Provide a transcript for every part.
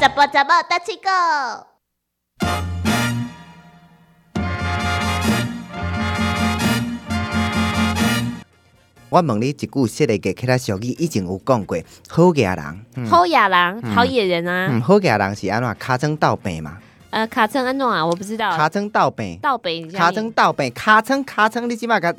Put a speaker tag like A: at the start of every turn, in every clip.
A: 怎么怎么大七狗？
B: 我问你一句，这个个其他俗语以前有讲过，好野人，嗯
C: 好野人，好野人啊！
B: 嗯，好野人是安怎？卡针倒病嘛，
C: 呃，卡称安诺啊，我不知道。
B: 卡针倒病，
C: 道北一下
B: 卡针倒病，卡针卡针，你即摆甲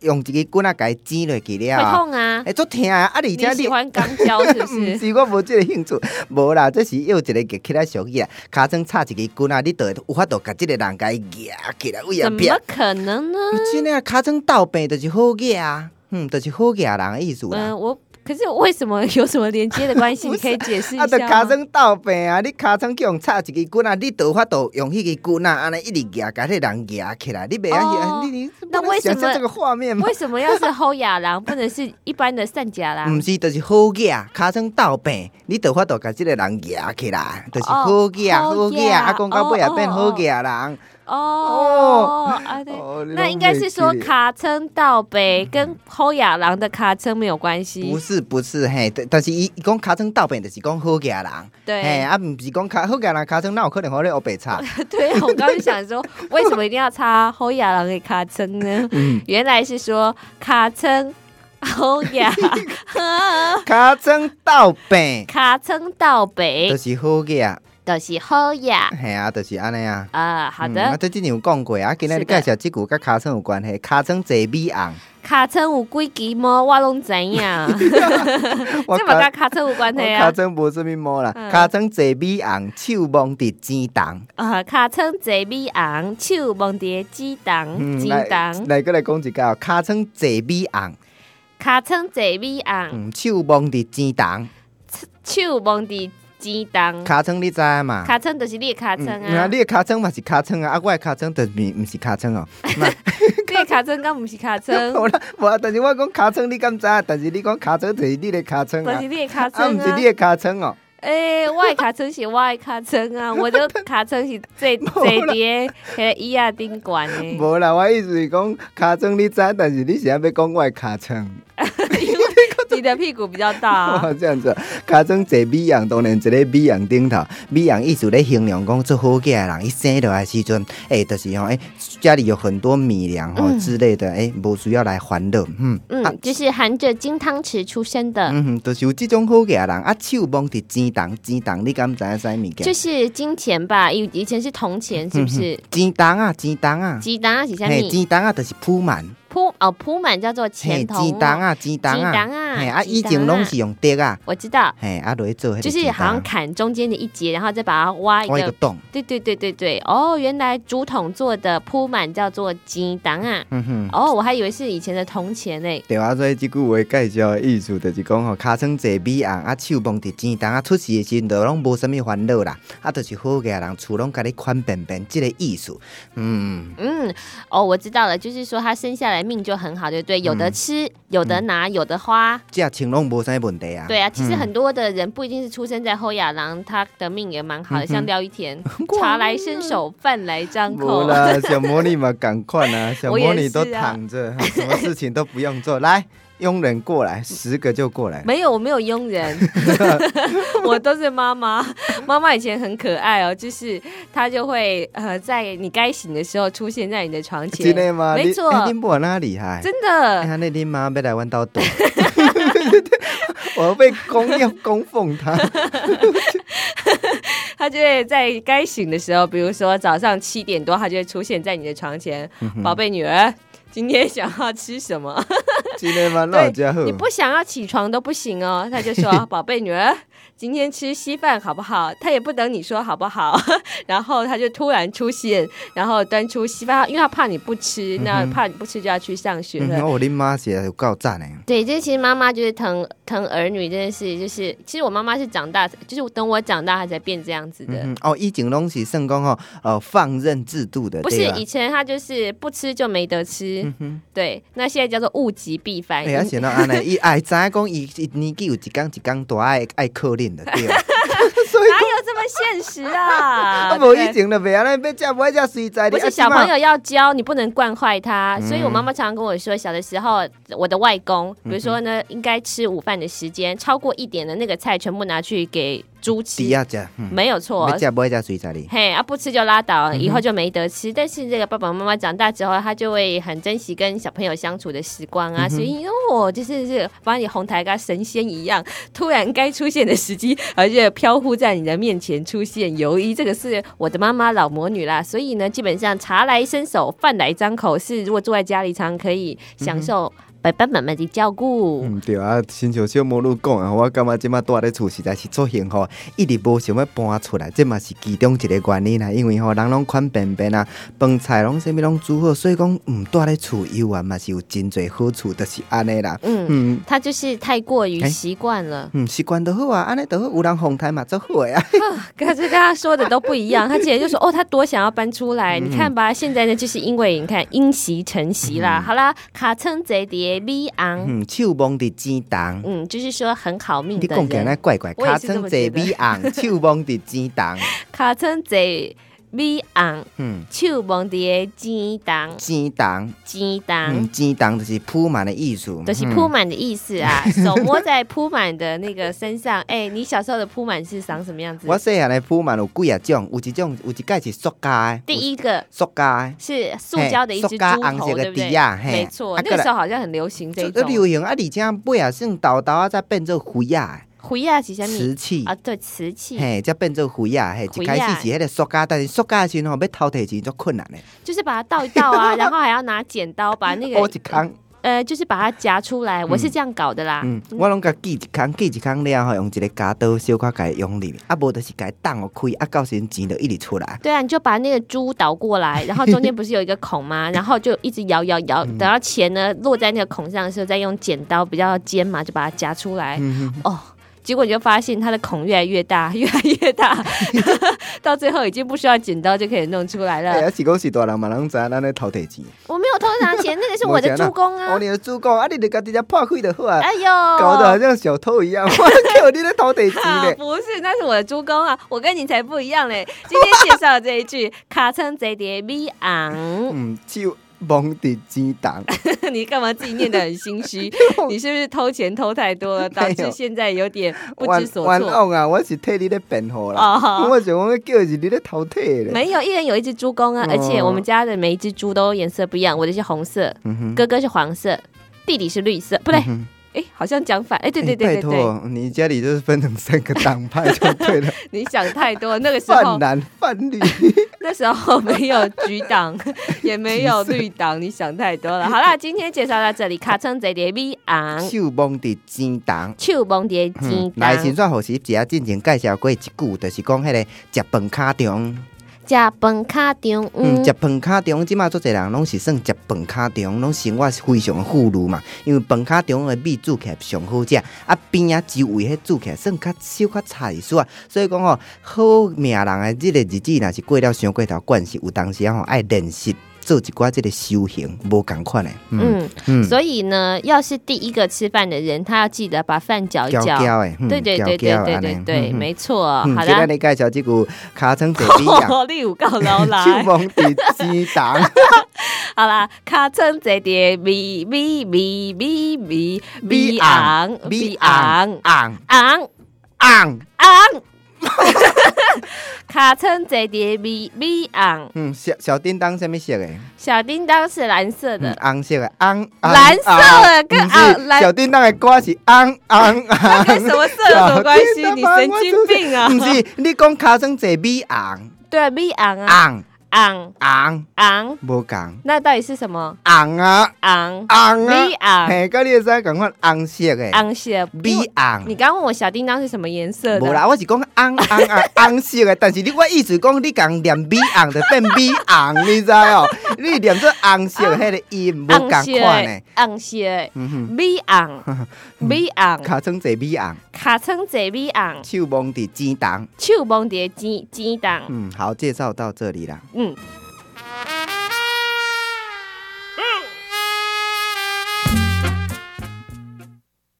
B: 用一支棍仔甲伊剪落去
C: 会
B: 了，
C: 痛啊！
B: 会足疼啊！啊，而
C: 你
B: 且
C: 喜
B: 你。嗯
C: 欢钢胶是不
B: 毋
C: 是？
B: 是，我无即个兴趣，无啦，这是又一个个起来俗语啦，卡针插一支棍仔，你就会有法度甲即个人甲伊举起来，为啊
C: 怎么可 能呢？
B: 真诶，卡针倒病就是好野啊，嗯，就是好野人的意思啦。
C: 嗯，我可是为什么有什么连接的 关系？你可以解释一
B: 啊，
C: 下
B: 就卡
C: 吗。
B: 针倒病啊！你卡针去用插一支棍啊，你就有法度用迄支棍啊，安尼一直夹，甲迄人夹起来，你袂
C: 哦
B: 晓去，啊你你
C: 那
B: 不能
C: 为什
B: 想象
C: 么
B: 这个画面吗？
C: 为什么要是后亚郎，不能是一般的善假
B: 毋
C: 郎？
B: 是，就是好夹，卡针倒病，你就有法度甲即个人夹起来，就是好夹，
C: 哦
B: 好
C: 好夹
B: 夹，啊，讲到尾也变
C: 哦哦
B: 好夹人。
C: 哦，啊对，
B: 哦
C: 那应该是说，卡称道北跟后亚郎的卡称没有关
B: 你拢袂记得不
C: 系。
B: 是不是嘿，但但是伊伊讲卡针倒病，就是讲好夹人，嘿，
C: 对
B: 啊，毋是讲卡好夹人，卡针哪有可能互你黑白 插？
C: 对，啊我刚刚就想说，为什么一定要插后亚郎给卡称 呢？
B: 嗯
C: 原来是说卡称后亚
B: 卡针倒病，
C: 卡称道北
B: 就，是好啊夹，
C: 就是后亚。
B: 嘿啊，就是安尼啊。
C: 啊，好
B: 嗯啊，
C: 的，
B: 这之前有讲过啊，今日你
C: 是的
B: 介绍即句甲尻川有关系，尻川坐米红，
C: 卡称有几支毛，我拢知影。
B: 我
C: 这嘛跟卡称有关
B: 我
C: 系
B: 尻
C: 啊？
B: 川无什物毛啦，
C: 嗯
B: 尻川坐米红，手摸伫钱重。
C: 啊，卡称坐米红，手摸伫指
B: 嗯
C: 重，指
B: 来
C: 重。
B: 来，过来讲一下哦，尻川坐米红，
C: 卡称坐米红，
B: 嗯，手摸伫钱重。
C: 手摸伫钱重。
B: 尻川你知影嘛？
C: 卡称就是你的卡称
B: 嗯
C: 啊，
B: 你的尻川嘛是尻川啊，啊，我的尻川就是毋是尻 川哦。
C: 你的卡称敢毋是 卡称，
B: 无啦，无啊，但是我讲尻川你敢知影？但是你讲尻川就是你的尻川
C: 就
B: 啊
C: 是，你的卡
B: 啊，毋
C: 称
B: 是
C: 啊
B: 你。的尻川哦。
C: 诶，我的卡称是我的卡 称啊，我的卡称是坐坐伫个迄个椅仔顶欸悬 的，
B: 无啦，我意思是讲，尻川你知，但是你是要要讲我的尻川。
C: 你的屁股比较 大啊。
B: 哦，这样子，尻川坐米阳，当然一个米阳顶头，米阳意思咧形容讲做好嫁的人，伊生落来时阵，诶、就是吼，诶、家里有很多米粮吼、
C: 嗯
B: 之类的，诶、无需要来烦恼，嗯。啊
C: 嗯，就是含着金汤匙出生的，
B: 嗯哼，就是有这种好嫁的人，啊，手摸伫钱筒，钱筒，你敢知影啥物
C: 就
B: 件？
C: 是金钱吧，以以前是铜
B: 嗯
C: 钱，是不是？
B: 钱筒啊，钱筒啊，
C: 鸡蛋啊是啥
B: 嘿，
C: 物？
B: 钱筒啊，就是铺满，
C: 铺哦铺满叫做
B: 嘿，
C: 钱筒
B: 钱筒
C: 哦。
B: 啊，钱筒
C: 钱筒
B: 啊，
C: 啊
B: 嘿，啊，
C: 钱筒啊
B: 以前拢是用竹啊，
C: 我知道，
B: 嘿，啊，落去做迄个
C: 就是好
B: 钱
C: 像
B: 筒
C: 砍中间的一节，然后再把它挖一
B: 挖一个
C: 个。
B: 洞。
C: 对对对对对，哦，原来竹筒做的铺满叫做鸡蛋啊。
B: 嗯哼。
C: 哦，我还以为是以前的铜钱呢。
B: 对啊，所以即句话介绍的意思就是讲吼，尻川坐米红，啊手摸伫钱筒啊，出事的时阵就拢无啥物烦恼啦，啊，就是好个人厝拢甲你款便便，即、个意思。嗯，
C: 嗯，哦，我知道了，就是说他生下来命就很好，对不对？有的
B: 嗯
C: 吃，有的拿，有的花。
B: 这穿拢无啥问题啊。
C: 对啊，其实很多的人不一定是出生在后亚郎，他的命也蛮
B: 嗯
C: 好的，像廖一田， 茶来伸手，饭来张
B: 啊无
C: 口。
B: 啦，小魔女嘛赶快啊，小
C: 我
B: 魔
C: 也
B: 女都
C: 是啊
B: 躺着，什么事情都不用做，来佣人过来，十个就过来。
C: 没有，我没有佣 人， 我都是妈妈。妈妈以前很可爱哦，就是她就会呃，在你该醒的时候出现在你的床前。
B: 真的吗？
C: 没错，
B: 你不那厉害。
C: 真
B: 哎
C: 的。
B: 呀，那你妈要来阮兜 躲， 我要被供要供奉她。
C: 她就会在该醒的时候，比如说早上七点多，她就会出现在你的床前。宝贝女儿，今天想要吃什么？
B: 真的吗？那有家伙
C: 你，不想要起床都不行哦。 他就说：“宝贝女儿，今天吃稀饭好不好？”他也不等你说好不好， 然后他就突然出现，然后端出稀饭，因为他怕你不吃，那怕你不吃就要去上学了。
B: 嗯我恁妈写有够赞诶。
C: 对，这其实妈妈就是疼疼儿女这件事，就是其实我妈妈是长大，就是等我长大，她才变这样子的。
B: 嗯，哦，以前拢是算讲吼，呃，放任制度的，
C: 不是
B: 对啊吧
C: 以？前她就是不吃就没得吃，对，那现在叫做物极必反。嗯
B: 哎，啊， 想到安 尼， 伊哎，知影讲伊伊年纪有一工一工大爱爱靠恁的，对吧。
C: 哪有这这么现实啊
B: 啊，？无
C: 对
B: 以前就袂安尼，要食无爱食随在你。
C: 不
B: 啊
C: 是小朋，友要教，你不能惯坏他。
B: 嗯
C: 所以我妈妈常常跟我说，小的时候，我的外公，比如说呢，应该吃午饭的时间超过一点的那个菜，全部拿去给猪吃
B: 猪，仔食，嗯
C: 没有错
B: 要。食无爱食随在你。
C: 嘿啊，不吃就拉倒，以后就没得吃。但是这个爸爸妈妈长大之后，他就会很珍惜跟小朋友相处的时光啊。所以哦，就是是把你哄抬，跟神仙一样，突然该出现的时机，而且飘忽在你的面前出现。游医，这个是我的妈妈老魔女啦。所以呢，基本上茶来伸手，饭来张口，是如果住在家里，常常可以享受爸爸妈妈的照顾。
B: 嗯，对啊，亲像小魔女讲啊，我感觉即马住咧厝实在是足幸福，一直无想要搬出来，这嘛是其中一个原因啦。啊因为吼，人拢款便便啊，饭菜拢啥物拢煮好，所以讲嗯，住咧厝以外嘛是有真侪好处，就是安尼啦。
C: 嗯，
B: 嗯
C: 他就是太过于
B: 哎
C: 习惯了。
B: 嗯，习惯就好啊，安尼就好，有人哄抬嘛，足好诶啊。
C: 可是跟他说的都不一样，他姐姐就说：“哦，他多想要搬出来，你看
B: 嗯
C: 吧，现在呢，就是因为你看因袭成袭啦。好啦，卡称贼碟咪昂，
B: 嗯，手摸伫钱重，
C: 嗯，就是说很好命
B: 你
C: 的
B: 讲起来
C: 人，
B: 怪怪，
C: 我也
B: 尻
C: 是这
B: 川
C: 么
B: 坐
C: 觉得
B: 米 红，手摸伫钱重，
C: 卡称贼咪昂，
B: 嗯，
C: 手忙的鸡当
B: 钱重，
C: 鸡当。
B: 嗯，钱重就是铺满的意思，
C: 啊就是
B: 嗯
C: 铺满的意思啊，手摸在铺满的那个身上。 哎、你小时候的铺满是长什么样子？
B: 我细汉的铺满有几啊种，有一种有一届是塑胶的，
C: 第
B: 有
C: 一个
B: 塑胶的，
C: 是塑胶的一只
B: 嘿塑
C: 猪
B: 胶红
C: 头，
B: 色的
C: 对不对？
B: 底啊嘿
C: 没错，
B: 啊
C: 那个
B: 再来
C: 时候好像很流行这
B: 就
C: 一
B: 就流
C: 种。
B: 行啊，而且尾啊算豆豆啊，再变做灰啊，
C: 回亚几下米
B: 瓷器。
C: 啊，对，瓷器
B: 嘿，再变做灰啊！嘿，
C: 灰
B: 一
C: 啊
B: 开始是迄个塑胶，但是塑胶的时候吼，要偷摕钱足困难的。
C: 就是把它倒一倒 啊，然后还要拿剪刀把那
B: 我一
C: 个
B: 空，
C: 呃，就是把它夹出来。我是这样搞的啦。
B: 嗯，我拢甲记一空，记一空了后，用一个剪刀小可甲伊用入，啊无就是甲伊挡落开，啊到时候钱就一直出来。
C: 对啊，你就把那个猪倒过来，然后中间不是有一个孔吗？然后就一直摇摇摇，
B: 嗯
C: 等到钱呢落在那个孔上的时候，再用剪刀比较尖嘛，就把它夹出来。
B: 嗯，
C: 哦，结果你就发现它的孔越来越大，越来 越大，到最后已经不需要剪刀就可以弄出来了。
B: 哎，啊是讲是大人嘛，人知影咱咧偷摕钱。
C: 我没有偷拿钱，那个是我的猪公
B: 哦，
C: 啊！
B: 你的主公，啊，你就家己只破开就好啊，
C: 哎呦，
B: 搞得好像小偷一样，
C: 哦
B: 我叫你咧偷 摕钱
C: 啊
B: 咧。
C: 不是，那是我的猪公啊，我跟你才不一样嘞。今天介绍的这一句 “卡称贼碟米昂
B: 嗯，手蒙伫钱重，”，
C: 你干嘛自己念得很心 虚？你是不是偷钱偷太多了，导
B: 没
C: 致
B: 有
C: 现在有点 不知所
B: 冤
C: 措？
B: 枉啊！我是替你咧辩护啦，
C: 哦
B: 我想讲叫是你咧偷摕咧。
C: 没有，一人有一只猪公啊，
B: 哦
C: 而且我们家的每一只猪都颜色不一样，我的是红色，
B: 嗯哼，
C: 哥哥是黄色，弟弟是绿色，不对，
B: 嗯哼
C: 哎，好像讲反，哎，对对
B: 哎
C: 对
B: 拜
C: 对对，
B: 托，你家里就是分成三个党派就对 了，
C: 你想太多，那个 时候
B: 泛蓝、泛 绿。
C: 那时候没有橘 党，也没有绿党，你想太多了。好啦，今天介绍到这里，卡称贼碟米 昂，
B: 手蒙伫钱重。
C: 手蒙碟金
B: 嗯来，先
C: 当，
B: 算好时，只啊，之前介绍过一句，就是讲迄个食饭卡中。
C: 加饭卡中，
B: 嗯，
C: 嗯
B: 食，饭卡中，即马足侪人拢是算食饭卡中，拢生活是非常的富裕嘛。因为饭卡中的米煮起来上好食，啊边啊周围迄煮起来算较小较菜丝啊。所以讲吼，好命人的即个日子若是过了伤过头，惯是有当时啊吼爱练习做一寡即个修行，无共款的。嗯
C: 嗯，
B: 嗯，
C: 所以呢，要是第一个吃饭的人，他要记得把饭搅一
B: 娇
C: 搅。
B: 娇的，嗯
C: 对对对对
B: 娇娇的
C: 对
B: 安尼
C: 对对，
B: 嗯嗯
C: 没错。
B: 嗯，
C: 好
B: 今
C: 啦
B: 天， 你介绍即句卡川地比啊，
C: 哦，第五告
B: 手
C: 老 来，
B: 忙伫指堂。
C: 好啦，卡称贼碟米米米米米米昂米昂
B: 昂
C: 昂。
B: 昂，
C: 昂，卡称贼碟米米昂，
B: 嗯，小小叮当什么色的？
C: 小叮当是蓝色
B: 嗯
C: 的，，
B: 红色的，红
C: 蓝色的
B: 红
C: 跟红
B: 不是
C: 蓝
B: 小叮当的歌是红红
C: 它 跟
B: 红。
C: 什么色有什么关系？
B: 小
C: 你
B: 叮当
C: 神经病啊！
B: 不是，你讲卡生坐米啊红
C: 对，米昂啊，
B: 红
C: 昂
B: 红，
C: 昂，
B: 无共
C: 那到底是什么？
B: 红啊红
C: 昂
B: 啊
C: 米，昂
B: 嘿，甲你会使共款红色的
C: 昂色
B: 米
C: 因为
B: 红
C: 你。刚问我小叮当是什么颜色
B: 无
C: 的？
B: 啦，我是讲红红红红色的，但是你我意思讲，你共念米红就变米红，你知 哦？你念做红色迄个音无共
C: 昂色
B: 款呢
C: 的。，昂色的，
B: 嗯哼，
C: 米昂，米 昂，
B: 卡生坐米红，
C: 卡称贼米昂，
B: 手摸伫钱重。
C: 手摸碟鸡鸡当，
B: 嗯，好，介绍到这里啦。
C: 嗯。